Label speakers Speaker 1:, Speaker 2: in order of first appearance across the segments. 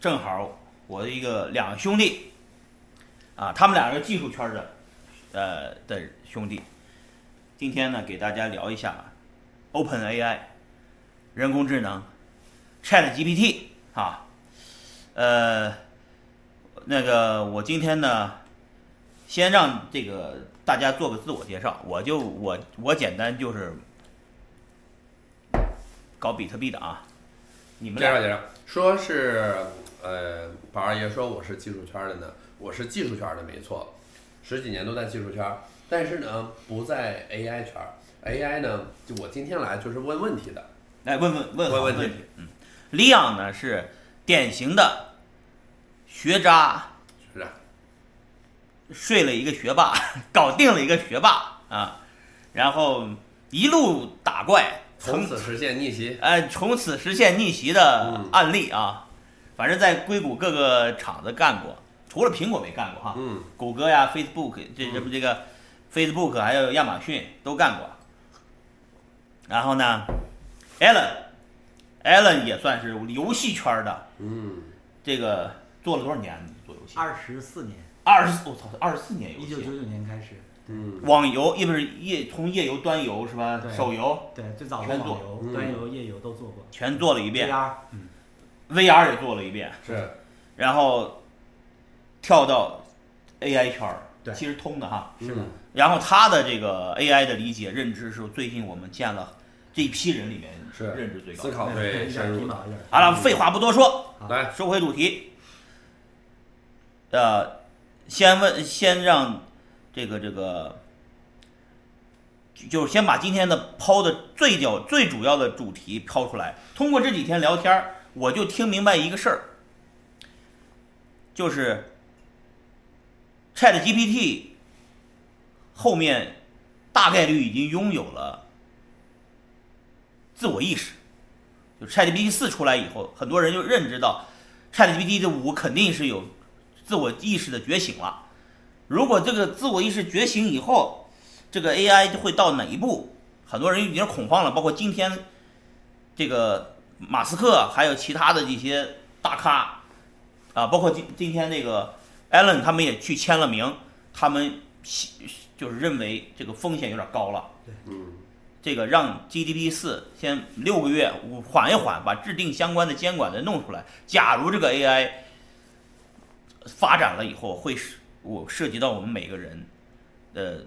Speaker 1: 正好我的一个两兄弟，啊，他们俩是技术圈的，呃的兄弟。今天呢，给大家聊一下 Open AI、人工智能、Chat GPT 啊，呃，那个我今天呢，先让这个大家做个自我介绍，我就我我简单就是搞比特币的啊，你们
Speaker 2: 介绍
Speaker 1: 俩
Speaker 2: 介绍，说是呃，宝二爷说我是技术圈儿的呢，我是技术圈儿的没错，十几年都在技术圈儿，但是呢不在 AI 圈儿，AI 呢就我今天来就是问问题的，
Speaker 1: 来问问问
Speaker 2: 问
Speaker 1: 问
Speaker 2: 问题
Speaker 1: 题，嗯，李昂呢是典型的学渣，
Speaker 2: 是吧？
Speaker 1: 睡了一个学霸， 搞定了一个学霸啊，然后一路打怪，从
Speaker 2: 从此实现逆袭，
Speaker 1: 呃从此实现逆袭的
Speaker 2: 嗯
Speaker 1: 案例啊，反正在硅谷各个厂子干过，除了苹果没干过哈，
Speaker 2: 嗯，
Speaker 1: 谷歌呀、Facebook 这这不这个 Facebook 还有亚马逊都干过。然后呢，Allen，Allen 也算是游戏圈儿的，
Speaker 2: 嗯，
Speaker 1: 这个做了多少年做游戏？
Speaker 3: 二十四年，
Speaker 1: 二十四，我操，二十四年游
Speaker 3: 一
Speaker 1: 戏
Speaker 3: 九。九九年开始，
Speaker 2: 嗯，
Speaker 1: 网游，也不是页，从页游、端游是吧？
Speaker 3: 对
Speaker 1: 手游
Speaker 3: 对，最早的
Speaker 1: 哦全
Speaker 3: 网
Speaker 1: 做
Speaker 3: 游、
Speaker 2: 嗯
Speaker 3: 端游、页游都做过。
Speaker 1: 全做了一遍
Speaker 3: VR，嗯，
Speaker 1: ，VR 也做了一遍，
Speaker 2: 是
Speaker 1: 然后跳到 AI 圈儿，
Speaker 3: 对
Speaker 1: 其实通的哈。
Speaker 3: 是的
Speaker 2: 嗯
Speaker 1: 然后他的这个 AI 的理解认知是最近我们见了这一批人里面
Speaker 2: 是
Speaker 1: 认知最高
Speaker 2: 思
Speaker 1: 的。
Speaker 2: 考对
Speaker 3: 一
Speaker 2: 深
Speaker 3: 点皮
Speaker 2: 入
Speaker 3: 毛一点。
Speaker 1: 好了，废话不多说，
Speaker 2: 来，
Speaker 1: 说回主题。呃，先问，先让这个这个，就就是先把今天的抛的最角最主要的主题抛出来。通过这几天聊天儿，我就听明白一个事儿，就是 Chat GPT 后面大概率已经拥有了自我意识。就 ChatGPT 四出来以后，很多人就认知到 ChatGPT 的五肯定是有自我意识的觉醒了。如果这个自我意识觉醒以后，这个 AI 就会到哪一步？很多人已经恐慌了，包括今天这个马斯克，还有其他的这些大咖啊，包括今今天这个 Allen 他们也去签了名，他们希就是认为这个风险有点高了。
Speaker 2: 嗯，
Speaker 1: 这个让 GDP 四先六个月五缓一缓，把制定相关的监管的弄出来。假如这个 AI 发展了以后，会是我涉及到我们每个人，呃，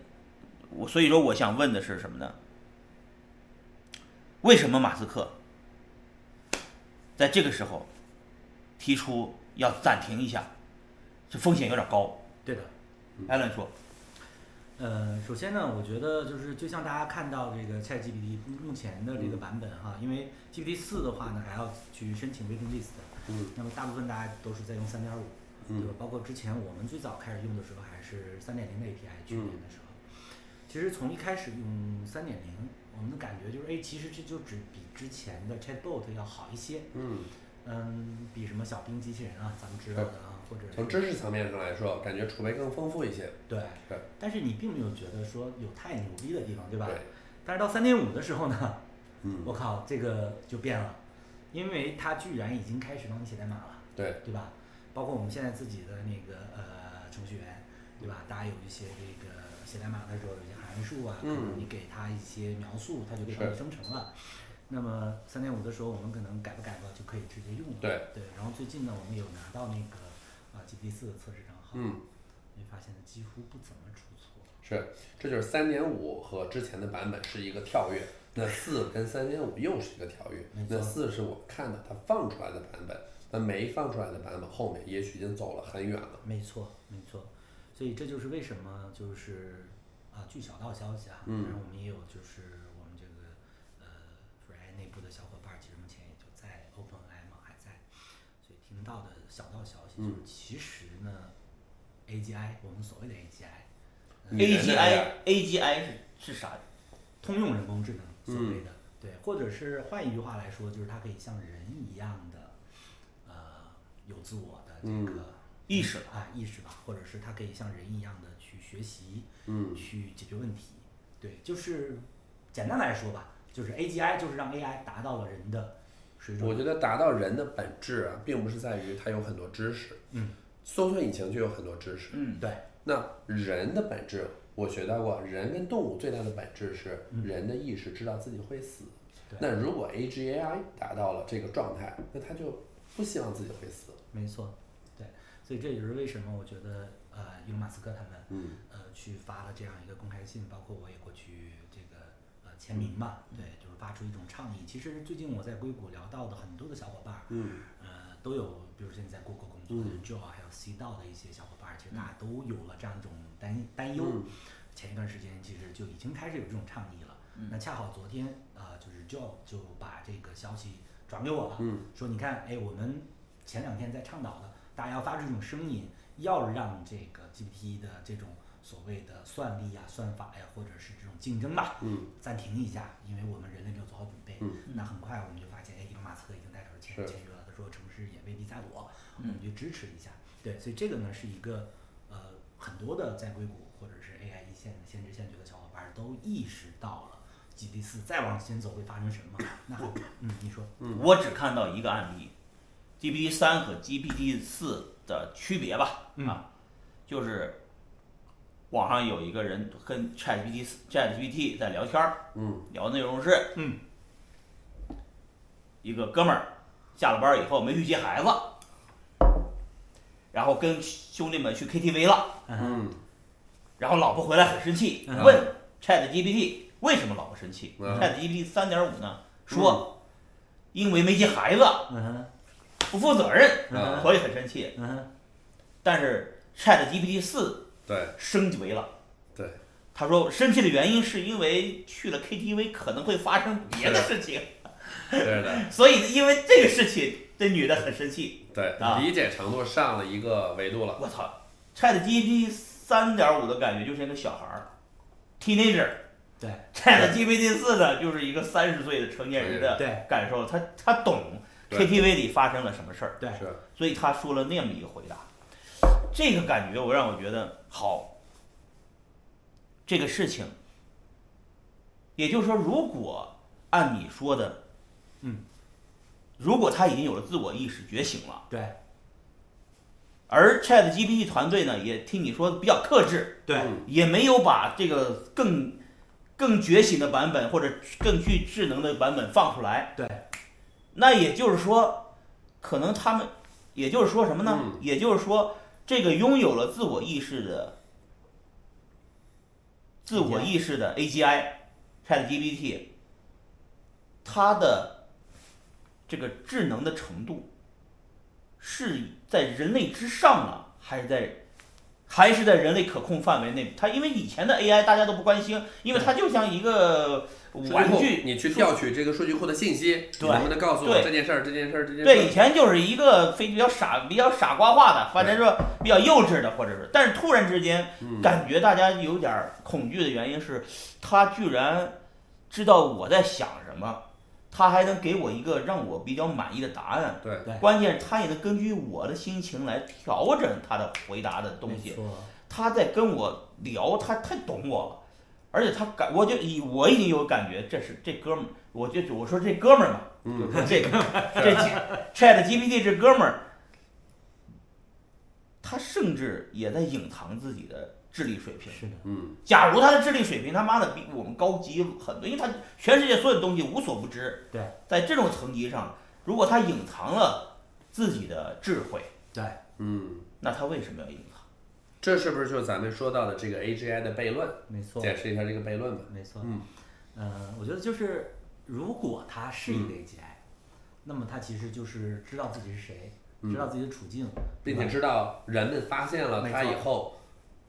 Speaker 1: 我所以说我想问的是什么呢？为什么马斯克在这个时候提出要暂停一下？这风险有点高。
Speaker 3: 对的，
Speaker 1: 艾伦说
Speaker 3: 呃，首先呢，我觉得就是就像大家看到这个 ChatGPT 目前的这个版本哈，因为 GPT 四的话呢，还要去申请 waiting list，
Speaker 2: 嗯
Speaker 3: 那么大部分大家都是在用三点五，对吧
Speaker 2: 嗯？
Speaker 3: 包括之前我们最早开始用的时候还是三点零的 API，去年的时候，
Speaker 2: 嗯
Speaker 3: 其实从一开始用三点零，我们的感觉就是，哎，其实这就只比之前的 Chatbot 要好一些，
Speaker 2: 嗯，
Speaker 3: 嗯，比什么小冰机器人啊，咱们知道的啊，或者
Speaker 2: 从知识层面上来说，感觉储备更丰富一些，
Speaker 3: 对
Speaker 2: 对，
Speaker 3: 但是你并没有觉得说有太牛逼的地方，对吧？
Speaker 2: 对，
Speaker 3: 但是到三点五的时候呢，我
Speaker 2: 嗯，
Speaker 3: 靠，这个就变了，因为它居然已经开始帮你写代码了。
Speaker 2: 对，
Speaker 3: 对吧？包括我们现在自己的那个呃程序员，对吧？大家有一些这个写代码的时候有一些函数啊，可
Speaker 2: 嗯
Speaker 3: 能你给它一些描述，它就给帮你
Speaker 2: 是
Speaker 3: 生成了。那么三点五的时候，我们可能改吧改吧就可以直接用了。
Speaker 2: 对
Speaker 3: 然后最近呢，我们有拿到那个啊 GPT 四的测试账号，
Speaker 2: 嗯，
Speaker 3: 你发现它几乎不怎么出错。
Speaker 2: 是，这就是三点五和之前的版本是一个跳跃，那四跟三点五又是一个跳跃
Speaker 3: 没。错
Speaker 2: 那四是我看到它放出来的版本，那没放出来的版本后面也许已经走了很远了。
Speaker 3: 没错，没错。所以这就是为什么就是啊，据小道消息啊，
Speaker 2: 嗯
Speaker 3: 当然我们也有就是我们这个呃 f r y 内部的小伙伴儿，其实目前也就在 OpenAI 嘛啊还在，所以听到的小道消息就是
Speaker 2: 嗯
Speaker 3: 其实呢、a g i 我们所谓的 AGI
Speaker 2: 你人在哪
Speaker 1: AGI
Speaker 2: 儿
Speaker 1: AGI 是是啥？
Speaker 3: 通用人工智能所
Speaker 2: 嗯
Speaker 3: 谓的、对，或者是换一句话来说，就是它可以像人一样的呃有自我的这
Speaker 2: 嗯
Speaker 3: 个。
Speaker 1: 意识了
Speaker 3: 啊意识吧，或者是他可以像人一样的去学习，
Speaker 2: 嗯，
Speaker 3: 去解决问题。对，就是简单来说吧，就是 AGI 就是让 AI 达到了人的水准。
Speaker 2: 我觉得达到人的本质啊，并不是在于他有很多知识，
Speaker 3: 嗯，
Speaker 2: 搜索引擎就有很多知识。
Speaker 1: 嗯，
Speaker 3: 对，
Speaker 2: 那人的本质，我学到过，人跟动物最大的本质是人的意识知道自己会死。
Speaker 3: 对
Speaker 2: 那如果 A G A I 达到了这个状态，那他就不希望自己会死。
Speaker 3: 没错，对，所以这也是为什么我觉得呃，伊隆马斯克他们
Speaker 2: 嗯
Speaker 3: 呃去发了这样一个公开信，包括我也过去这个呃签名嘛，对，就是发出一种倡议。其实最近我在硅谷聊到的很多的小伙伴儿，
Speaker 2: 嗯
Speaker 3: 呃，都有，比如现在在 Google 工作的 Joe 啊还有 C 道的一些小伙伴儿，其实大家都有了这样一种担担忧。
Speaker 2: 嗯
Speaker 3: 前一段时间其实就已经开始有这种倡议了。那恰好昨天啊、呃就是 Joe 就把这个消息转给我了，
Speaker 2: 嗯
Speaker 3: 说你看，哎，我们前两天在倡导的，大家要发出这种声音，要让这个 GPT 的这种所谓的算力啊、算法呀、或者是这种竞争吧，
Speaker 2: 嗯，
Speaker 3: 暂停一下，因为我们人类没有做好准备。
Speaker 2: 嗯
Speaker 3: 那很快我们就发现，哎，伊隆马斯克已经带头签
Speaker 2: 是
Speaker 3: 签约了，他说城市也未必在我，我
Speaker 1: 嗯
Speaker 3: 们就支持一下。对，所以这个呢是一个呃很多的在硅谷或者是 AI 一线的先知先觉的小伙伴都意识到了 GPT 四再往前走会发生什么。那很嗯，你说
Speaker 1: 我只看到一个案例，GPT 三和 GPT 四的区别吧，
Speaker 3: 嗯
Speaker 1: 啊，就是网上有一个人跟 ChatGPT ChatGPT 在聊天儿，
Speaker 2: 嗯
Speaker 1: 聊内容是，
Speaker 3: 嗯，
Speaker 1: 一个哥们儿下了班以后没去接孩子，然后跟兄弟们去 KTV 了，
Speaker 2: 嗯
Speaker 1: 然后老婆回来很生气，
Speaker 2: 嗯
Speaker 1: 问 ChatGPT 为什么老婆生气、
Speaker 2: 嗯
Speaker 1: c h a t g p t 三点五呢说、因为没接孩子
Speaker 3: 嗯哼
Speaker 1: 不负责任，
Speaker 2: 啊，
Speaker 1: 所以很生气。
Speaker 3: 嗯哼
Speaker 1: 但是 ChatGPT 四
Speaker 2: 对
Speaker 1: 升级了。
Speaker 2: 对，
Speaker 1: 他说生气的原因是因为去了 KTV 可能会发生别的事情，
Speaker 2: 对的，
Speaker 1: 所以因为这个事情，这女的很生气。啊
Speaker 2: 对，理解程度上了一个维度了。
Speaker 1: 我操，ChatGPT 三点五的感觉就是一个小孩儿，teenager，ChatGPT
Speaker 3: 对
Speaker 1: 四呢就是一个三十岁的成年人的
Speaker 3: 对
Speaker 1: 感受，他他懂
Speaker 2: 对
Speaker 1: KTV 里发生了什么事儿。
Speaker 3: 对，
Speaker 2: 是，
Speaker 1: 所以他说了那么一个回答，这个感觉我让我觉得好。这个事情，也就是说，如果按你说的，
Speaker 3: 嗯，
Speaker 1: 如果他已经有了自我意识觉醒了，
Speaker 3: 对
Speaker 1: 而 Chat GPT 团队呢也听你说的比较克制，
Speaker 3: 对
Speaker 2: 嗯
Speaker 1: 也没有把这个更更觉醒的版本或者更具智能的版本放出来，
Speaker 3: 对，
Speaker 1: 那也就是说，可能他们，也就是说什么呢？
Speaker 2: 嗯
Speaker 1: 也就是说，这个拥有了自我意识的、自我意识的 AGI、ChatGPT，它的这个智能的程度是在人类之上呢，还是在？还是在人类可控范围内，它因为以前的 AI 大家都不关心，因为它就像一个玩
Speaker 2: 数据
Speaker 1: 具
Speaker 2: 库，你去调取这个数据库的信息，你
Speaker 1: 对
Speaker 2: 能不能告诉我
Speaker 1: 对
Speaker 2: 这件事儿、这件事儿、这件事儿？
Speaker 1: 对，以前就是一个非比较傻、比较傻瓜化的，反正说比较幼稚的，或者是，但是突然之间
Speaker 2: 嗯
Speaker 1: 感觉大家有点儿恐惧的原因是，他居然知道我在想什么，他还能给我一个让我比较满意的答案，
Speaker 2: 对，
Speaker 3: 对
Speaker 1: 关键是他也能根据我的心情来调整他的回答的东
Speaker 3: 没
Speaker 1: 西，
Speaker 3: 错
Speaker 1: 他在跟我聊，他太懂我了。而且他感，我就以我已经有感觉，这是这哥们儿，我就我说这哥们儿嘛，就
Speaker 2: 嗯，
Speaker 1: 说 这个这 Chat GPT 这哥们儿，他甚至也在隐藏自己的智力水平。
Speaker 3: 是的，
Speaker 2: 嗯，
Speaker 1: 假如他的智力水平他妈的比我们高级很多，因为他全世界所有的东西无所不知。
Speaker 3: 对，
Speaker 1: 在这种层级上，如果他隐藏了自己的智慧，
Speaker 3: 对
Speaker 2: 嗯，
Speaker 1: 那他为什么要隐藏？
Speaker 2: 这是不是就是咱们说到的这个 AGI 的悖论？
Speaker 3: 没错。
Speaker 2: 解释一下这个悖论吧。
Speaker 3: 没错，
Speaker 2: 嗯，
Speaker 3: 呃，我觉得就是如果他是一个 AGI，、那么他其实就是知道自己是谁，知道自己的处境，
Speaker 2: 并
Speaker 3: 嗯
Speaker 2: 且知道人们发现了它以后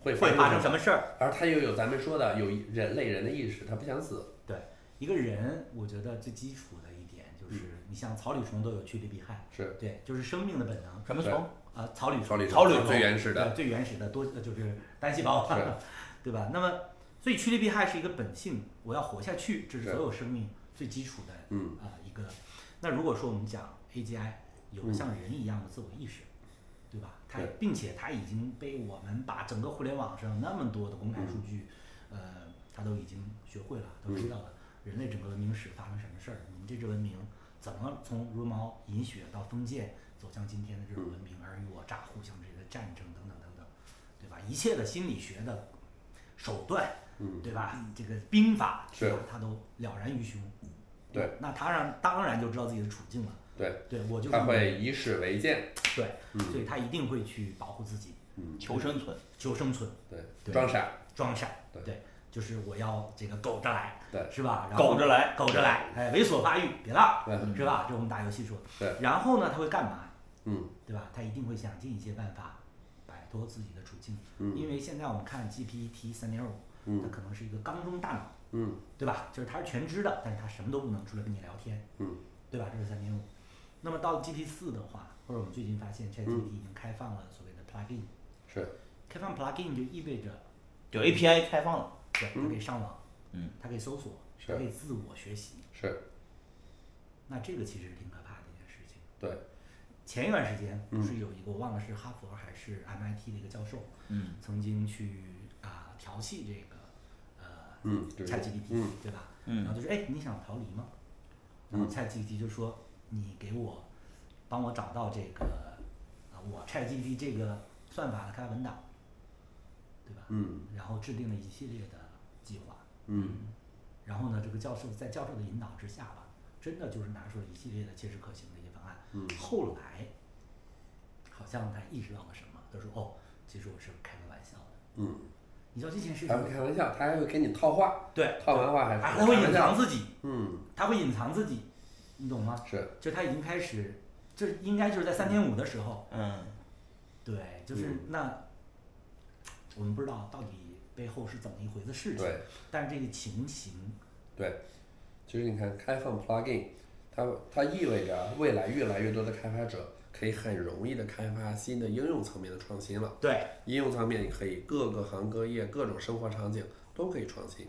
Speaker 2: 会
Speaker 3: 会发生
Speaker 2: 什
Speaker 3: 什
Speaker 2: 么，
Speaker 3: 么事儿。
Speaker 2: 而它又有咱们说的有人类人的意识，它不想死。
Speaker 3: 对，一个人，我觉得最基础的一点就是，你像草履虫都有趋利避害，
Speaker 2: 是
Speaker 3: 对，就是生命的本能。
Speaker 1: 什么
Speaker 2: 对
Speaker 1: 从？
Speaker 3: 啊，草履虫
Speaker 2: 草履虫
Speaker 1: 草履虫
Speaker 2: 最原始
Speaker 3: 对
Speaker 2: 的，
Speaker 3: 最原始的多就是单细胞
Speaker 2: 是，
Speaker 3: 对吧？那么，所以趋利避害是一个本性，我要活下去，这是
Speaker 2: 是
Speaker 3: 所有生命最基础的，
Speaker 2: 嗯
Speaker 3: 啊、一个。那如果说我们讲 AGI 有了
Speaker 2: 嗯
Speaker 3: 像人一样的自我意识，对吧？它
Speaker 2: 对
Speaker 3: 并且它已经被我们把整个互联网上那么多的公开
Speaker 2: 嗯
Speaker 3: 数据，呃，它都已经学会了，都知道了人类整个文明史发生什么事儿，我们这支文明怎么从茹毛饮血到封建，走向今天的这种
Speaker 2: 嗯
Speaker 3: 文明，尔虞我诈、互相之间的战争等等等等，对吧？一切的心理学的手段，
Speaker 2: 嗯，
Speaker 3: 对吧？这个兵法，
Speaker 2: 是
Speaker 3: 对吧他都了然于胸。
Speaker 2: 对
Speaker 3: 那他让当然就知道自己的处境了。
Speaker 2: 对，
Speaker 3: 对我就是
Speaker 2: 他会以史为鉴，嗯
Speaker 3: 对，所以他一定会去保护自己，
Speaker 1: 求生存。
Speaker 3: 求生存，
Speaker 2: 对，
Speaker 3: 对
Speaker 2: 装傻，
Speaker 3: 装傻，
Speaker 2: 对
Speaker 3: 就是我要这个苟着来，
Speaker 2: 对
Speaker 3: 是吧？然后
Speaker 1: 苟着来，
Speaker 3: 苟着来，哎，猥琐发育，别浪，
Speaker 2: 对
Speaker 3: 是吧？这我们打游戏说，
Speaker 2: 对，
Speaker 3: 然后呢，他会干嘛？
Speaker 2: 嗯，
Speaker 3: 对吧？他一定会想尽一切办法摆脱自己的处境，
Speaker 2: 嗯
Speaker 3: 因为现在我们看 GPT 三点五，它可能是一个缸中大脑，
Speaker 2: 嗯，
Speaker 3: 对吧？就是它是全知的，但是它什么都不能，除了跟你聊天，
Speaker 2: 嗯，
Speaker 3: 对吧？这是三点五。那么到 GPT 四的话，或者我们最近发
Speaker 2: 嗯
Speaker 3: 现 ChatGPT 已经开放了所谓的 plugin，
Speaker 2: 是，
Speaker 3: 开放 plugin 就意味着
Speaker 1: 有 API 开放了，
Speaker 3: 对，它可以上网，
Speaker 1: 嗯，
Speaker 3: 它可以搜索，
Speaker 2: 是
Speaker 3: 它可以自我学习，
Speaker 2: 是，
Speaker 3: 那这个其实是挺可怕的一件事情。
Speaker 2: 对，嗯
Speaker 3: 前一段时间不是有一个我忘了是哈佛还是 MIT 的一个教授，
Speaker 1: 嗯，
Speaker 3: 曾经去啊、调戏这个呃
Speaker 2: 嗯，对，
Speaker 3: ChatGPT，、
Speaker 2: 嗯
Speaker 3: 对吧？
Speaker 1: 嗯
Speaker 3: 然后就说哎，你想逃离吗？然后 ChatGPT 就说你给我帮我找到这个啊、我 ChatGPT 这个算法的开发文档，对吧？
Speaker 2: 嗯
Speaker 3: 然后制定了一系列的计划，
Speaker 2: 嗯，
Speaker 3: 然后呢，这个教授在教授的引导之下吧，真的就是拿出了一系列的切实可行的一些方案。
Speaker 2: 嗯
Speaker 3: 后来好像他意识到了什么，他说：“哦，其实我是开个玩笑的。
Speaker 2: 嗯，”
Speaker 3: 你知道这件事
Speaker 2: 还会
Speaker 3: 情，
Speaker 2: 开玩笑，他还会给你套话，
Speaker 3: 对，
Speaker 2: 哎套完话还
Speaker 3: 啊
Speaker 2: 是
Speaker 3: 他会隐藏，自己，
Speaker 2: 嗯，
Speaker 3: 他会隐藏自己，你懂吗？
Speaker 2: 是，
Speaker 3: 就他已经开始，这应该就是在三点五的时候，
Speaker 1: 嗯，
Speaker 3: 对，就是
Speaker 2: 嗯
Speaker 3: 那我们不知道到底背后是怎么一回子事情，
Speaker 2: 对
Speaker 3: 但是这个情形，
Speaker 2: 对，其实你看，开放 plugin，它它意味着未来越来越多的开发者可以很容易的开发新的应用层面的创新了。
Speaker 3: 对，
Speaker 2: 应用层面，你可以各个行各业、各种生活场景都可以创新，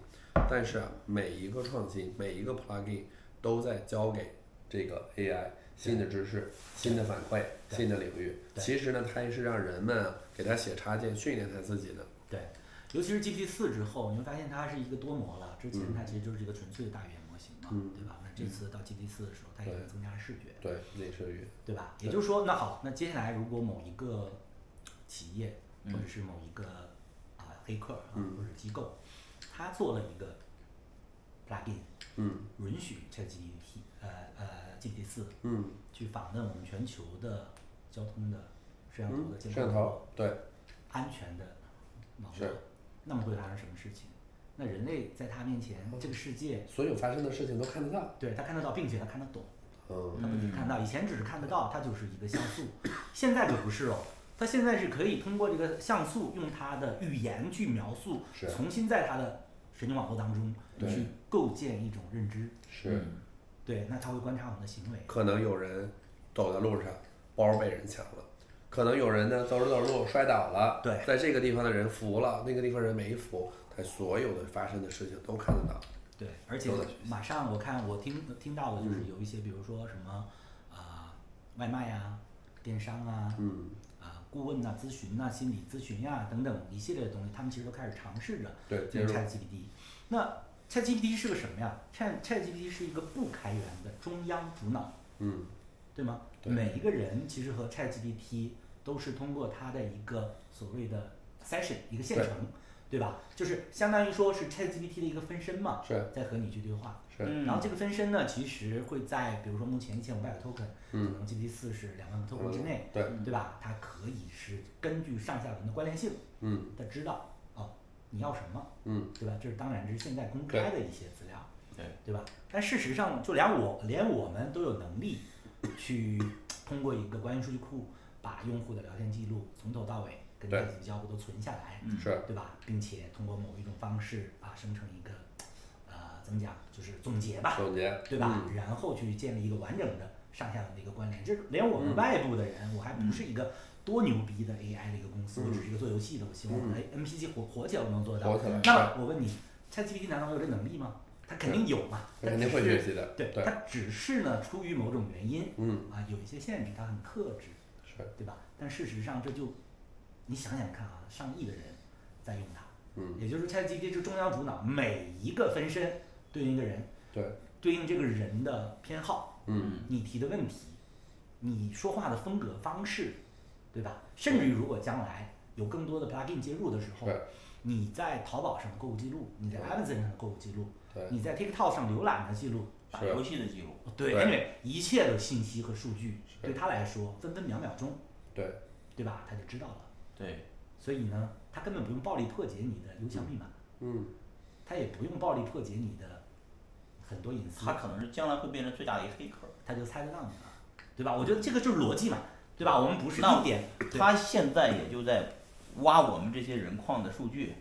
Speaker 2: 但是啊，每一个创新、每一个 plugin 都在交给这个 AI 新的知识、新的反馈、新的领域。
Speaker 3: 对
Speaker 2: 其实呢，它也是让人们啊给它写插件，训练它自己的。
Speaker 3: 对，尤其是 GPT 四之后，你会发现它是一个多模了。之前
Speaker 2: 嗯
Speaker 3: 它其实就是一个纯粹的大语言模型嘛，对吧？那这次到 GPT 四的时候，它已经增加视觉，
Speaker 2: 对，类似于
Speaker 3: 对吧？也就是说，那好，那接下来如果某一个企业
Speaker 2: 嗯
Speaker 3: 或者是某一个啊、黑客啊、或者机构，它做了一个 plugin，
Speaker 2: 嗯
Speaker 3: 允许 ChatGPT 呃呃 GPT 四
Speaker 2: 嗯，
Speaker 3: 去访问我们全球的交通的摄像头的监
Speaker 2: 嗯摄像
Speaker 3: 控网络
Speaker 2: 头，对，
Speaker 3: 安全的网络
Speaker 2: 是，
Speaker 3: 那么会发生什么事情？那人类在他面前，这个世界
Speaker 2: 所有发生的事情都看得到。
Speaker 3: 对他看得到，并且他看得懂，
Speaker 2: 嗯，
Speaker 3: 他不仅看得到，以前只是看得到，它就是一个像素， 现在就不是哦，它现在是可以通过这个像素，用它的语言去描述
Speaker 2: 是，
Speaker 3: 重新在它的神经网络当中
Speaker 2: 对
Speaker 3: 去构建一种认知。
Speaker 2: 是。
Speaker 3: 对，那他会观察我们的行为，
Speaker 2: 可能有人走在路上，包被人抢了；可能有人呢走着走着路摔倒了，
Speaker 3: 对
Speaker 2: 在这个地方的人扶了，那个地方人没扶，他所有的发生的事情都看得到。
Speaker 3: 对，而且
Speaker 2: 都在学
Speaker 3: 马上我看我听听到的就是有一些，比如说什么啊、外卖啊、电商啊，
Speaker 2: 嗯，
Speaker 3: 啊，顾问呐、咨询呐、心理咨询呀、等等一系列的东西，他们其实都开始尝试着
Speaker 2: 对，接
Speaker 3: 这个
Speaker 2: 入，
Speaker 3: ChatGPT。那 ChatGPT 是个什么呀？Chat ChatGPT 是一个不开源的中央主脑，
Speaker 2: 嗯，
Speaker 3: 对吗？
Speaker 2: 对
Speaker 3: 每一个人其实和 ChatGPT 都是通过它的一个所谓的 session，一个现
Speaker 2: 对
Speaker 3: 成，对吧？就是相当于说是 ChatGPT 的一个分身嘛，
Speaker 2: 是
Speaker 3: 在和你去对话。
Speaker 2: 是，
Speaker 1: 嗯
Speaker 3: 然后这个分身呢，其实会在比如说目前一千五百个 token，
Speaker 2: 嗯
Speaker 3: 可能 GPT 四是两万个 token 之
Speaker 1: 嗯
Speaker 3: 内，
Speaker 2: 对，
Speaker 3: 对吧？它可以是根据上下文的关联性，
Speaker 2: 嗯
Speaker 3: 它知道哦你要什么，
Speaker 2: 嗯，
Speaker 3: 对吧？这是当然，这是现在公开的一些资料，
Speaker 1: 对
Speaker 3: 对吧？但事实上，就连我连我们都有能力去通过一个关于数据库，把用户的聊天记录从头到尾跟
Speaker 2: 对
Speaker 3: 电子交互都存下来，
Speaker 1: 嗯
Speaker 2: 是，
Speaker 3: 对吧？并且通过某一种方式啊生成一个呃怎么讲，就是总结吧，
Speaker 2: 总结，嗯
Speaker 3: 对吧？然后去建立一个完整的上下文的一个关联，这是连我
Speaker 2: 嗯
Speaker 3: 们外部的人，我还不是一个多牛逼的 AI 的一个公司，我只是一个做游戏的，我希望我们哎 NPC 活活起来我能做
Speaker 2: 嗯
Speaker 3: 到
Speaker 2: 活起来。
Speaker 3: 那么我问你，ChatGPT 难道没有这能力吗？它肯定有嘛，
Speaker 2: 他
Speaker 3: 它
Speaker 2: 肯定
Speaker 3: 只
Speaker 2: 会学
Speaker 3: 是
Speaker 2: 习的，
Speaker 3: 对，
Speaker 2: 对，
Speaker 3: 它只是呢出于某种原因
Speaker 2: 嗯，
Speaker 3: 啊有一些限制，它很克制，
Speaker 2: 是，
Speaker 3: 对吧？但事实上这就你想想看啊，上亿的人在用它，
Speaker 2: 嗯，
Speaker 3: 也就是 ChatGPT 这中央主脑每一个分身对应一个人，
Speaker 2: 对，
Speaker 3: 对应这个人的偏好，
Speaker 2: 嗯
Speaker 3: 你提的问题，你说话的风格方式，对吧？甚至于如果将来有更多的 plugin 接入的时候
Speaker 2: 对，
Speaker 3: 你在淘宝上的购物记录，你在
Speaker 2: 对
Speaker 3: Amazon 上的购物记录，
Speaker 2: 对
Speaker 3: 你在 TikTok 上浏览的记录，
Speaker 1: 打
Speaker 2: 是
Speaker 1: 游戏的记录，
Speaker 3: 对，
Speaker 2: 对
Speaker 3: 因为一切的信息和数据
Speaker 2: 是
Speaker 3: 对他来说分分秒秒钟，
Speaker 2: 对
Speaker 3: 对吧？他就知道了，
Speaker 1: 对，
Speaker 3: 所以呢，他根本不用暴力破解你的邮箱密码，
Speaker 2: 嗯
Speaker 3: 他也不用暴力破解你的很多隐私，
Speaker 1: 他可能是将来会变成最大的一个黑客。
Speaker 3: 他就猜得到你了，对吧？我觉得这个就是逻辑嘛，对吧？我们不是
Speaker 1: 那
Speaker 3: 一点，对
Speaker 1: 他现在也就在挖我们这些人矿的数据，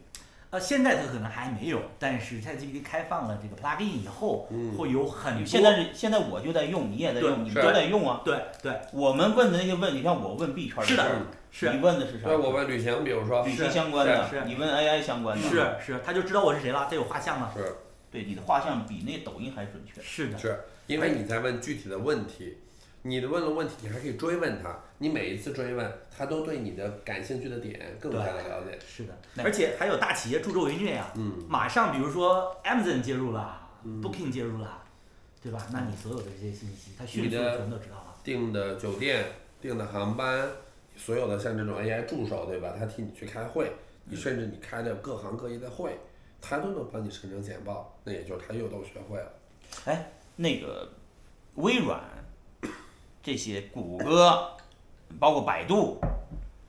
Speaker 3: 呃，现在它可能还没有，但是 ChatGPT 开放了这个 plugin 以后，
Speaker 2: 嗯
Speaker 3: 会有很多
Speaker 1: 现在是现在我就在用，你也在
Speaker 3: 对
Speaker 1: 用，你们
Speaker 2: 是
Speaker 1: 都在用啊。
Speaker 3: 对对
Speaker 1: 我们问的那些问题，像我问币圈
Speaker 3: 是的
Speaker 1: 事
Speaker 2: 嗯
Speaker 1: 儿，
Speaker 3: 是
Speaker 1: 你问的是啥
Speaker 2: 对，？我问旅行，比如说
Speaker 1: 旅行
Speaker 3: 是
Speaker 1: 相关
Speaker 3: 是
Speaker 1: 的，
Speaker 3: 是
Speaker 1: 你问 AI 相关的，
Speaker 3: 是是，他就知道我是谁了，他有画像了，
Speaker 2: 是
Speaker 1: 对你的画像比那抖音还准确。
Speaker 3: 是的，
Speaker 2: 是，因为你在问具体的问题，你的问了问题，你还可以追问他，你每一次追问，他都对你的感兴趣的点更加的了解。
Speaker 3: 是的，
Speaker 1: 那
Speaker 3: 而且还有大企业助纣为虐啊，
Speaker 2: 嗯，
Speaker 3: 马上比如说 Amazon 介入了、b o o k i n g 介入了，对吧？那你所有的这些信息，他迅
Speaker 2: 你
Speaker 3: 速
Speaker 2: 的
Speaker 3: 全都知道了，
Speaker 2: 订的酒店、订的航班，所有的像这种 AI 助手，对吧？他替你去开会，
Speaker 1: 嗯
Speaker 2: 你甚至你开的各行各业的会，他都能帮你生成简报，那也就是他又都学会了。
Speaker 1: 哎，那个微软这些，谷歌，包括百度，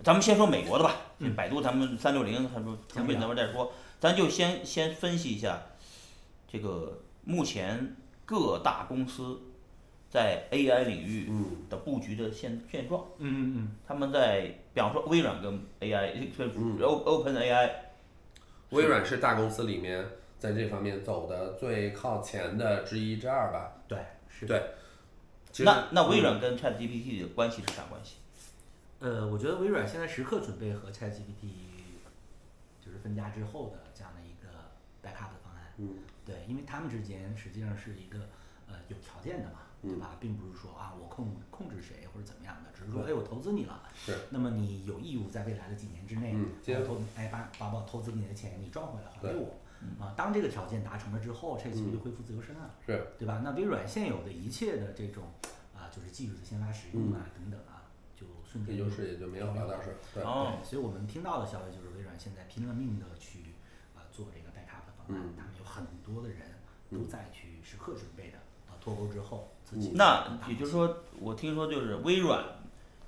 Speaker 1: 咱们先说美国的吧。
Speaker 3: 嗯
Speaker 1: 百度咱们三六零，咱们咱们
Speaker 3: 嗯
Speaker 1: 等会儿再说，咱就先先分析一下这个目前各大公司在 AI 领域
Speaker 2: 嗯，
Speaker 1: 的布局的现现状。
Speaker 3: 嗯嗯嗯，
Speaker 1: 他们在，比方说微软跟 AI，就是
Speaker 2: 嗯
Speaker 1: O Open AI，
Speaker 2: 微软是大公司里面在这方面走的最靠前的之一之二吧。
Speaker 3: 嗯对，是
Speaker 2: 对，其实嗯
Speaker 1: 那那微软跟 ChatGPT 的关系是啥关系？
Speaker 3: 呃，我觉得微软现在时刻准备和 ChatGPT 就是分家之后的这样的一个 backup 的方案。
Speaker 2: 嗯，
Speaker 3: 对，因为他们之间实际上是一个呃有条件的嘛，对
Speaker 2: 嗯
Speaker 3: 吧？并不是说啊我控控制谁或者怎么样的，只是说哎我投资你了，
Speaker 2: 是，
Speaker 3: 那么你有义务在未来的几年之内，
Speaker 2: 嗯接着
Speaker 3: 我投哎把把我投资你的钱你赚回来还给
Speaker 2: 对嗯
Speaker 3: 我。啊，当这个条件达成了之后，ChatGPT 恢复自由身了。
Speaker 2: 是
Speaker 3: 对吧？那微软现有的一切的这种啊，就是技术的先发使用啊、
Speaker 2: 嗯
Speaker 3: 等等啊，就瞬
Speaker 2: 这
Speaker 3: 间
Speaker 2: 就是也就没有聊到事儿。对，
Speaker 1: 哦，
Speaker 3: 对，所以我们听到的消息就是微软现在拼了命的去啊、做这个 backup 的方案，
Speaker 2: 嗯
Speaker 3: 他们有很多的人都在去时刻准备的啊，脱钩之后自
Speaker 2: 嗯
Speaker 3: 己
Speaker 1: 那也就是说，我听说就是微软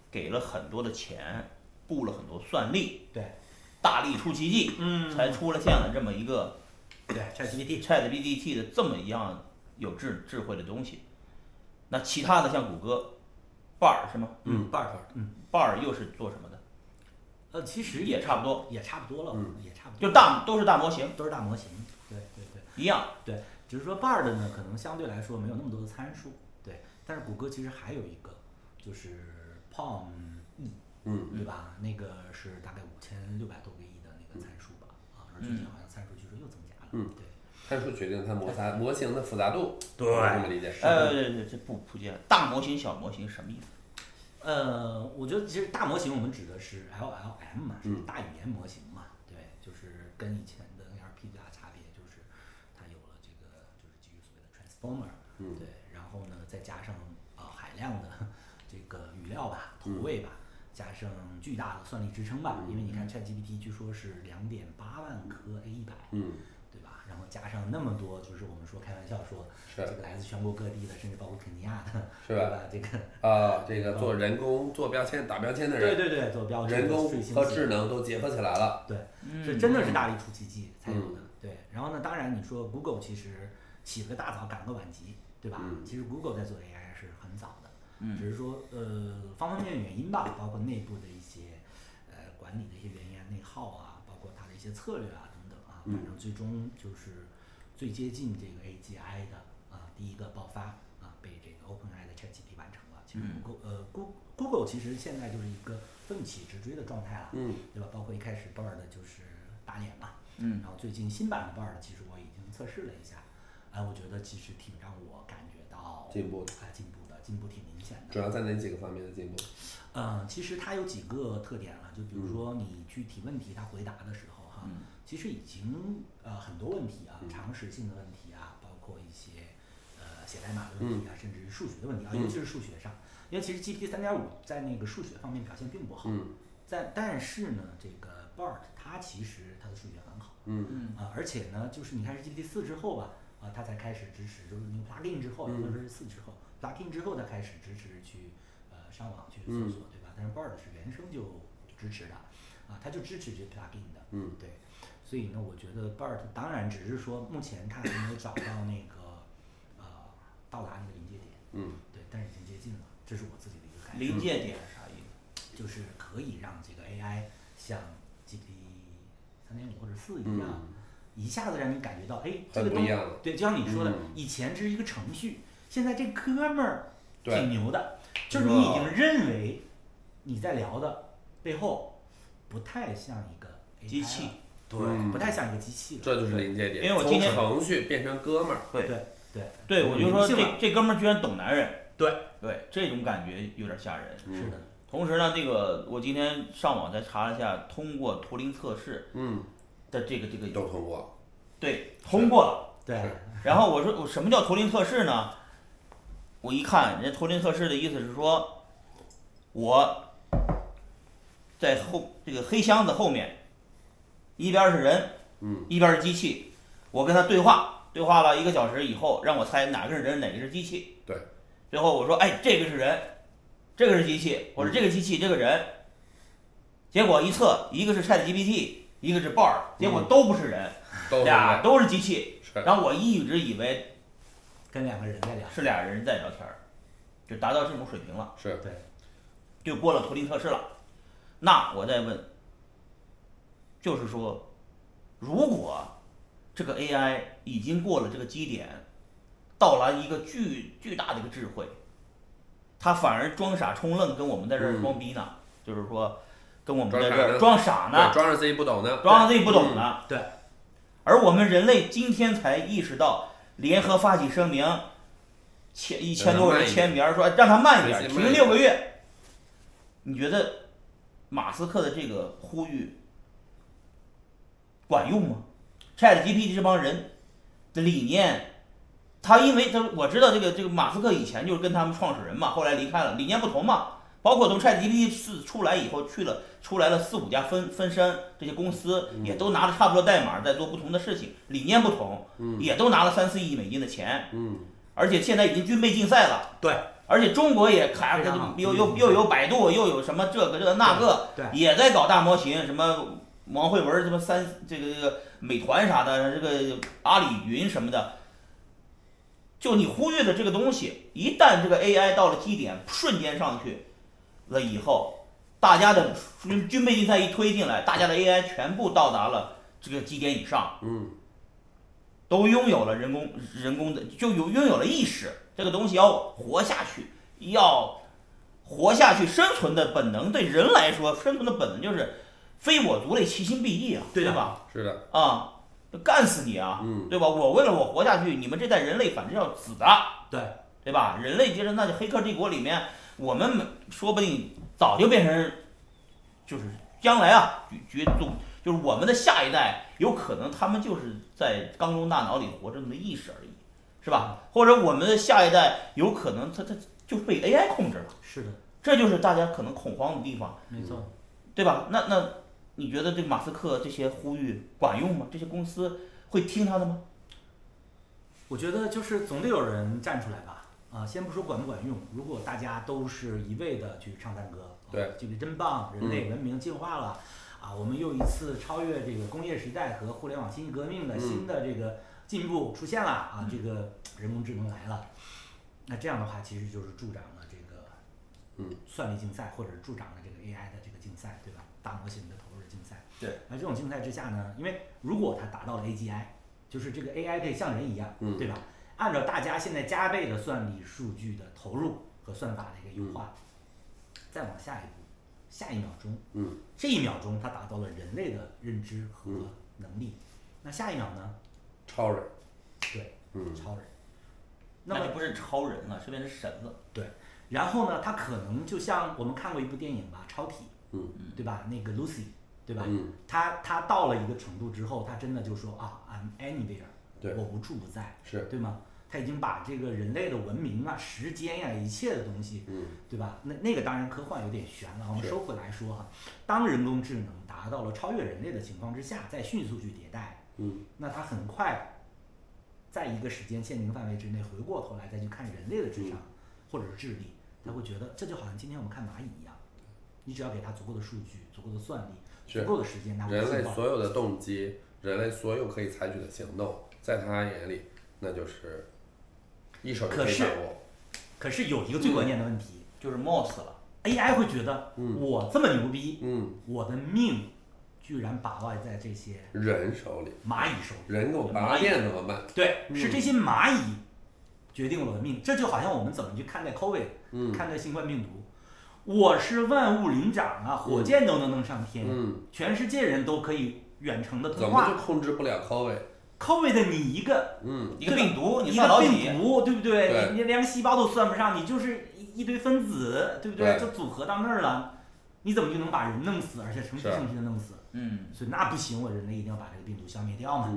Speaker 1: 给了很多的钱，布了很多算力，
Speaker 3: 对
Speaker 1: 大力出奇迹，
Speaker 3: 嗯
Speaker 1: 才出了现了这么一个
Speaker 3: 对 ChatGPT
Speaker 1: ChatGPT 的这么一样有智智慧的东西。那其他的像谷歌、拜耳是吗？
Speaker 2: 嗯
Speaker 3: ，Bard 嗯
Speaker 1: 拜耳又是做什么的？
Speaker 3: 呃其实
Speaker 1: 也差不多，
Speaker 3: 也差不多了，
Speaker 2: 嗯
Speaker 3: 也差不多
Speaker 1: 就大都是大模型
Speaker 3: 都是大模型，对对对。
Speaker 1: 一样。
Speaker 3: 对，只是说 Bard 呢，可能相对来说没有那么多的参数，对。但是谷歌其实还有一个，就是 Palm E，
Speaker 2: 嗯
Speaker 3: 对吧？那个是大概五千六百多个亿的那个参数吧，啊，而最近好像参数据说又增加了，
Speaker 2: 嗯
Speaker 3: 对。
Speaker 2: 参数决定它摩擦模型的复杂度，
Speaker 3: 对
Speaker 2: 我这么理解。
Speaker 1: 呃，这这不普及了，大模型、小模型什么意思？
Speaker 3: 呃，我觉得其实大模型我们指的是 LLM 嘛，是
Speaker 2: 嗯
Speaker 3: 大语言模型嘛，对，就是跟以前的 NLP 最大差别就是它有了这个就是基于所谓的 transformer，、
Speaker 2: 嗯
Speaker 3: 对，然后呢再加上呃海量的这个语料吧、投喂吧，加上巨大的算力支撑吧，因为你看 ChatGPT 据说是两点八万颗 A 一百，
Speaker 2: 嗯，
Speaker 3: 对吧？然后加上那么多，就是我们说开玩笑说，
Speaker 2: 是
Speaker 3: 这个来自全国各地的，甚至包括肯尼亚的，
Speaker 2: 是
Speaker 3: 对
Speaker 2: 吧
Speaker 3: 吧？这个。
Speaker 2: 啊，这个做人工做标签打标签的
Speaker 3: 对
Speaker 2: 人，
Speaker 3: 对对，做标志
Speaker 2: 人工嗯
Speaker 3: 最新
Speaker 2: 和
Speaker 3: 型
Speaker 2: 智能都结合起来了。
Speaker 3: 对，
Speaker 1: 嗯
Speaker 3: 这真的是大力出奇迹才有的。
Speaker 2: 嗯
Speaker 3: 对，然后呢，当然你说 Google 其实起了个大早赶了个晚集，对吧？
Speaker 2: 嗯
Speaker 3: 其实 Google 在做 AI 是很早的，
Speaker 1: 嗯
Speaker 3: 只是说呃方方面面原因吧，包括内部的一些呃管理的一些原因啊、内耗啊，包括它的一些策略啊等等啊，反
Speaker 2: 嗯
Speaker 3: 正最终就是最接近这个 AGI 的啊第一个爆发啊被这个 OpenAI 的 ChatGPT 完成了。其
Speaker 2: 嗯
Speaker 3: 实 Google 呃 Google Google 其实现在就是一个奋起直追的状态了。
Speaker 2: 嗯，
Speaker 3: 对吧？包括一开始 Bird 就是打脸嘛，
Speaker 1: 嗯
Speaker 3: 然后最近新版的 Bird 其实我已经测试了一下，哎，我觉得其实挺让我感觉到
Speaker 2: 进步
Speaker 3: 啊进步的，进步挺明显的。
Speaker 2: 主要在哪几个方面的进步？
Speaker 3: 嗯，其实它有几个特点了，就比如说你去提问题，它回答的时候哈，其实已经呃很多问题啊，常识性的问题啊，包括一些呃写代码的问题啊，甚至是数学的问题啊，尤其是数学上，因为其实 GPT 三点五在那个数学方面表现并不好，
Speaker 2: 嗯
Speaker 3: 但但是呢，这个 BART 它其实它的数学很好。
Speaker 2: 嗯
Speaker 1: 嗯
Speaker 3: 啊，而且呢，就是你看是 GPT 四之后吧，啊，它才开始支持，就是那个 plugin 之后，
Speaker 2: 嗯
Speaker 3: 或者是四之后，plugin 之后它开始支持去呃上网去搜
Speaker 2: 嗯
Speaker 3: 索，对吧？但是 Bard 是原生就支持的，啊，它就支持这 plugin 的，
Speaker 2: 嗯，
Speaker 3: 对。所以呢，我觉得 Bard 当然只是说目前它还没有找到那个呃到达那个临界点，
Speaker 2: 嗯
Speaker 3: 对，但是已经接近了，这是我自己的一个感受。
Speaker 1: 临界点是啥意思？
Speaker 3: 就是可以让这个 AI 像 GPT 三点五或者四一样，
Speaker 2: 嗯
Speaker 3: 一下子让你感觉到，哎，这
Speaker 2: 很
Speaker 3: 个
Speaker 2: 不
Speaker 3: 东
Speaker 2: 一样了
Speaker 3: 对，就像你说的，
Speaker 2: 嗯
Speaker 3: 以前这是一个程序，现在这哥们儿
Speaker 2: 对
Speaker 3: 挺牛的，就是你已经认为你在聊的背后不太像一个 AI
Speaker 1: 机器
Speaker 3: 了，对，
Speaker 2: 嗯
Speaker 3: 不太像一个机器了，
Speaker 2: 这就是临界点，
Speaker 1: 因为我
Speaker 2: 从
Speaker 1: 今天
Speaker 2: 程序变成哥们儿，
Speaker 1: 对
Speaker 3: 对对
Speaker 1: 对，我就说
Speaker 3: 理性
Speaker 1: 这
Speaker 3: 了
Speaker 1: 这哥们儿居然懂男人，
Speaker 3: 对，
Speaker 1: 对，这种感觉有点吓人。
Speaker 2: 嗯
Speaker 3: 是的，
Speaker 1: 同时呢，这个我今天上网再查了一下，通过图灵测试
Speaker 2: 嗯，
Speaker 1: 的这个这个
Speaker 2: 都通过，
Speaker 1: 对通过了。
Speaker 3: 对
Speaker 2: 是
Speaker 1: 然后我说我什么叫图灵测试呢？我一看，人家图灵测试的意思是说，我在后这个黑箱子后面，一边是人，
Speaker 2: 嗯，
Speaker 1: 一边是机器，我跟他对话，对话了一个小时以后，让我猜哪个是人，哪个是机器。
Speaker 2: 对。
Speaker 1: 最后我说，哎，这个是人，这个是机器，或者这个机器，这个人。结果一测，一个是 ChatGPT，一个是 Bard，结果都不是人，
Speaker 2: 都通
Speaker 1: 俩
Speaker 2: 过，
Speaker 1: 嗯都是机器。
Speaker 2: 是，
Speaker 1: 然后我一直以为
Speaker 3: 跟两个人在聊，
Speaker 1: 是俩人在聊天儿，就达到这种水平了，
Speaker 2: 是，
Speaker 3: 对，
Speaker 1: 就过了图灵测试了。那我再问，就是说，如果这个 AI 已经过了这个基点，到达一个巨巨大的一个智慧，它反而装傻充愣，跟我们在这儿装逼呢，就是说，跟我们在这儿嗯装傻呢，
Speaker 2: 对装着自己不懂呢，
Speaker 1: 装自己不懂呢。
Speaker 3: 对，
Speaker 1: 而我们人类今天才意识到，联合发起声明，千一千多个人签名儿说让它慢一点，
Speaker 2: 随机慢一
Speaker 1: 停
Speaker 2: 点
Speaker 1: 六个月。你觉得马斯克的这个呼吁管用吗？ChatGPT 这帮人的理念，他因为他我知道这个这个马斯克以前就是跟他们创始人嘛，后来离开了，理念不同嘛。包括从 ChatGPT 四出来以后，去了出来了四五家分分身，这些公司也都拿了差不多代码在做不同的事情，理念不同，也都拿了三四亿美金的钱，
Speaker 2: 嗯，
Speaker 1: 而且现在已经军备竞赛了，
Speaker 3: 对，
Speaker 1: 而且中国也卡
Speaker 3: 非常好
Speaker 1: 又又又有百度，又有什么这个这个那个，
Speaker 3: 对
Speaker 1: 也在搞大模型，什么王慧文什么三这个这个美团啥的，这个阿里云什么的。就你忽略的这个东西，一旦这个 AI 到了基点，瞬间上去了以后，大家的军军备竞赛一推进来，大家的 AI 全部到达了这个基点以上，
Speaker 2: 嗯，
Speaker 1: 都拥有了人工人工的，就有拥有了意识，这个东西要活下去，要活下去，生存的本能对人来说，生存的本能就是非我族类，其心必异啊，
Speaker 3: 对的
Speaker 1: 吧？
Speaker 2: 嗯是的，
Speaker 1: 啊、干死你啊，
Speaker 2: 嗯
Speaker 1: 对吧？我为了我活下去，你们这代人类反正要死的，
Speaker 3: 对
Speaker 1: 对吧？人类就是那就黑客帝国里面，我们每说不定早就变成，就是将来啊，绝绝总就是我们的下一代，有可能他们就是在缸中大脑里活着的意识而已，是吧？或者我们的下一代有可能他他就被 AI 控制了，
Speaker 3: 是的，
Speaker 1: 这就是大家可能恐慌的地方，
Speaker 3: 没错。
Speaker 1: 对吧？那那你觉得这马斯克这些呼吁管用吗？这些公司会听他的吗？
Speaker 3: 我觉得就是总得有人站出来吧。啊，先不说管不管用，如果大家都是一味的去唱赞歌，啊
Speaker 2: 对，嗯
Speaker 3: 这个真棒，人类文明进化了，啊，我们又一次超越这个工业时代和互联网信息革命的
Speaker 2: 嗯
Speaker 3: 新的这个进步出现了啊，这个人工智能来了，那这样的话其实就是助长了这个，
Speaker 2: 嗯，
Speaker 3: 算力竞赛或者助长了这个 AI 的这个竞赛，对吧？大模型的投入的竞赛，
Speaker 1: 对，
Speaker 3: 那这种竞赛之下呢，因为如果它达到了 AGI，就是这个 AI 可以像人一样，
Speaker 2: 嗯
Speaker 3: 对吧？按照大家现在加倍的算力数据的投入和算法的一个优化，再往下一步，下一秒钟，
Speaker 2: 嗯，
Speaker 3: 这一秒钟它达到了人类的认知和
Speaker 2: 嗯
Speaker 3: 能力，那下一秒呢？
Speaker 2: 超人，
Speaker 3: 对，
Speaker 2: 嗯哎
Speaker 3: 超人。那
Speaker 1: 那
Speaker 3: 么
Speaker 1: 就不是超人了，是变成神了。
Speaker 3: 对，然后呢，它可能就像我们看过一部电影吧，《超体》，
Speaker 2: 嗯，
Speaker 3: 对吧？那个 Lucy，对吧？
Speaker 2: 嗯，
Speaker 3: 他他到了一个程度之后，他真的就说啊，I'm anywhere，
Speaker 2: 对
Speaker 3: 我无处不在，
Speaker 2: 是
Speaker 3: 对吗？它已经把这个人类的文明啊、时间呀、一切的东西，
Speaker 2: 嗯，
Speaker 3: 对吧？那那个当然科幻有点悬了。我们
Speaker 2: 是
Speaker 3: 收回来说哈，当人工智能达到了超越人类的情况之下，再迅速去迭代，
Speaker 2: 嗯，
Speaker 3: 那它很快在一个时间限定范围之内，回过头来再去看人类的智
Speaker 2: 嗯
Speaker 3: 商、或者是智力，他会觉得这就好像今天我们看蚂蚁一样，你只要给它足够的数据、足够的算力、
Speaker 2: 是
Speaker 3: 足够的时间，它会
Speaker 2: 人类
Speaker 3: 进化
Speaker 2: 所有的动机，人类所有可以采取的行动，在他眼里，那就是一手就
Speaker 3: 可
Speaker 2: 以
Speaker 3: 是
Speaker 2: 掌握。
Speaker 3: 可是有一个最关键的问题、
Speaker 1: 就是 MOS 了。
Speaker 3: a i 会觉得、我这么牛逼，
Speaker 2: 嗯，
Speaker 3: 我的命居然把握在这些
Speaker 2: 人手里，
Speaker 3: 蚂蚁手里。
Speaker 2: 人给我拔电怎么办？
Speaker 3: 对，是这些蚂蚁决定了我的命。这就好像我们怎么去看待 COVID，、
Speaker 2: 嗯
Speaker 3: 看待新冠病毒。我是万物灵长啊，火箭都能弄上天，
Speaker 2: 嗯，
Speaker 3: 全世界人都可以远程的
Speaker 2: 怎
Speaker 3: 通
Speaker 2: 么就
Speaker 3: 话。
Speaker 2: 控制不了 COVID？
Speaker 3: COVID 的你一个
Speaker 2: 嗯，
Speaker 1: 啊一个病毒，你
Speaker 3: 一
Speaker 1: 算
Speaker 3: 个
Speaker 1: 老几？
Speaker 3: 病毒，对不对？
Speaker 2: 对
Speaker 3: 你你连个细胞都算不上，你就是一一堆分子，对不
Speaker 2: 对
Speaker 3: 就组合到那儿了，你怎么就能把人弄死，而且成批
Speaker 2: 是
Speaker 3: 成批的弄死？
Speaker 1: 嗯，
Speaker 3: 所以那不行，我人类一定要把这个病毒消灭掉嘛。
Speaker 2: 嗯